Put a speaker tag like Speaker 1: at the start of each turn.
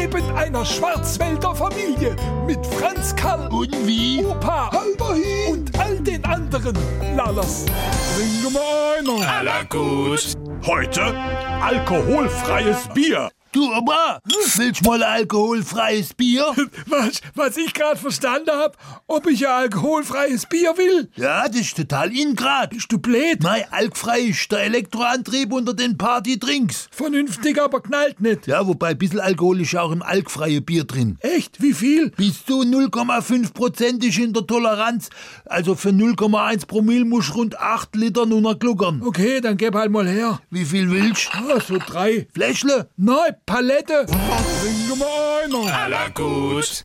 Speaker 1: Leben einer Schwarzwälder Familie mit Franz Karl,
Speaker 2: Und wie?
Speaker 1: Opa, Halberhin und all den anderen Lalas. Bringe mal einer.
Speaker 2: Aller gut.
Speaker 3: Heute alkoholfreies Bier.
Speaker 2: Du Oma, willst mal alkoholfreies Bier?
Speaker 1: Was, was ich gerade verstanden hab, ob ich ein alkoholfreies Bier will?
Speaker 2: Ja, das ist total in grad.
Speaker 1: Bist du blöd?
Speaker 2: Mein alkfrei ist der Elektroantrieb unter den Party-Drinks.
Speaker 1: Vernünftig, aber knallt nicht.
Speaker 2: Ja, wobei ein bisschen Alkohol ist ja auch im alkfreien Bier drin.
Speaker 1: Echt? Wie viel?
Speaker 2: Bis zu 0,5% ist in der Toleranz. Also für 0,1 Promille musst du rund 8 Liter nur gluckern.
Speaker 1: Okay, dann gib halt mal her.
Speaker 2: Wie viel willst du?
Speaker 1: Ah, so drei.
Speaker 2: Fläschle?
Speaker 1: Nein, Palette. Bringe mal einer.
Speaker 3: Aller gut.